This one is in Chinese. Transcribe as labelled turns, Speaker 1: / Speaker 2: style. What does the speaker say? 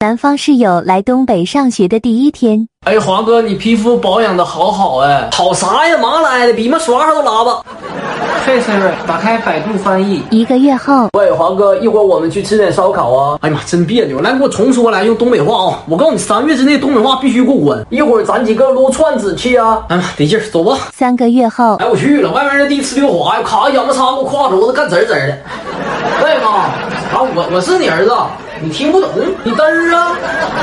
Speaker 1: 南方室友来东北上学的第一天，
Speaker 2: 哎，华哥，你皮肤保养的好好哎，
Speaker 3: 好啥呀？嘛来的，比妈耍哈都拉 吧。
Speaker 2: 嘿，Siri，打开百度翻译。
Speaker 1: 一个月后，
Speaker 3: 喂，华哥，一会儿我们去吃点烧烤啊。
Speaker 2: 哎呀妈，真别扭！来，给我重说来，用东北话啊、我告诉你，三个月之内东北话必须给我滚！
Speaker 3: 一会儿咱几个撸串子去啊。
Speaker 2: 哎呀妈，得劲儿，走吧！
Speaker 1: 三个月后，
Speaker 2: 哎，我去了，外面那地呲溜滑呀，卡仰巴叉给我胯轴子干滋滋的。喂妈，啊，我我是你儿子，你听不懂，你嘚儿啊！